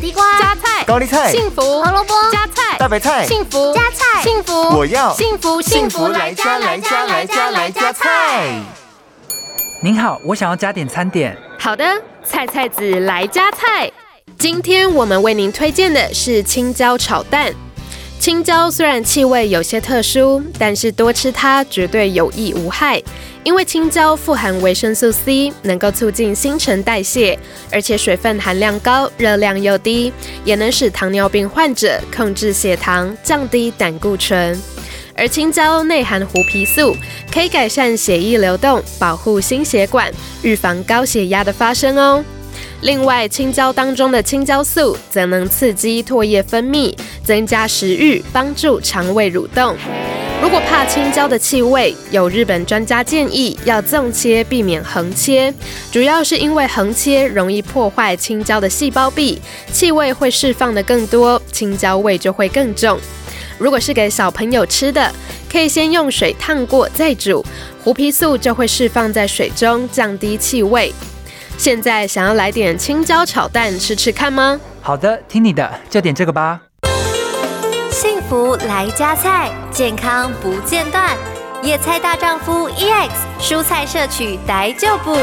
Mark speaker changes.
Speaker 1: 地瓜、
Speaker 2: 加菜、
Speaker 3: 高丽菜、
Speaker 2: 幸福、
Speaker 1: 胡萝卜、
Speaker 2: 加菜、
Speaker 3: 大白菜、
Speaker 2: 幸福、
Speaker 1: 加菜
Speaker 2: 幸福，
Speaker 3: 我要
Speaker 2: 幸福
Speaker 3: 幸福来家来家来家来家菜。
Speaker 4: 您好，我想要加点餐点。
Speaker 2: 好的，菜菜子来加菜。今天我们为您推荐的是青椒炒蛋。青椒虽然气味有些特殊，但是多吃它绝对有益无害，因为青椒富含维生素 C，能够促进新陈代谢，而且水分含量高，热量又低，也能使糖尿病患者控制血糖，降低胆固醇。而青椒内含胡皮素，可以改善血液流动，保护心血管，预防高血压的发生哦。另外，青椒当中的青椒素则能刺激唾液分泌，增加食欲，帮助肠胃蠕动。如果怕青椒的气味，有日本专家建议要纵切，避免横切，主要是因为横切容易破坏青椒的细胞壁，气味会释放的更多，青椒味就会更重。如果是给小朋友吃的，可以先用水烫过再煮，胡皮素就会释放在水中，降低气味。现在想要来点青椒炒蛋吃吃看吗？
Speaker 4: 好的，听你的，就点这个吧。
Speaker 1: 幸福来加菜，健康 E 不间断。野菜大丈夫 EX 蔬菜摄取逮就补。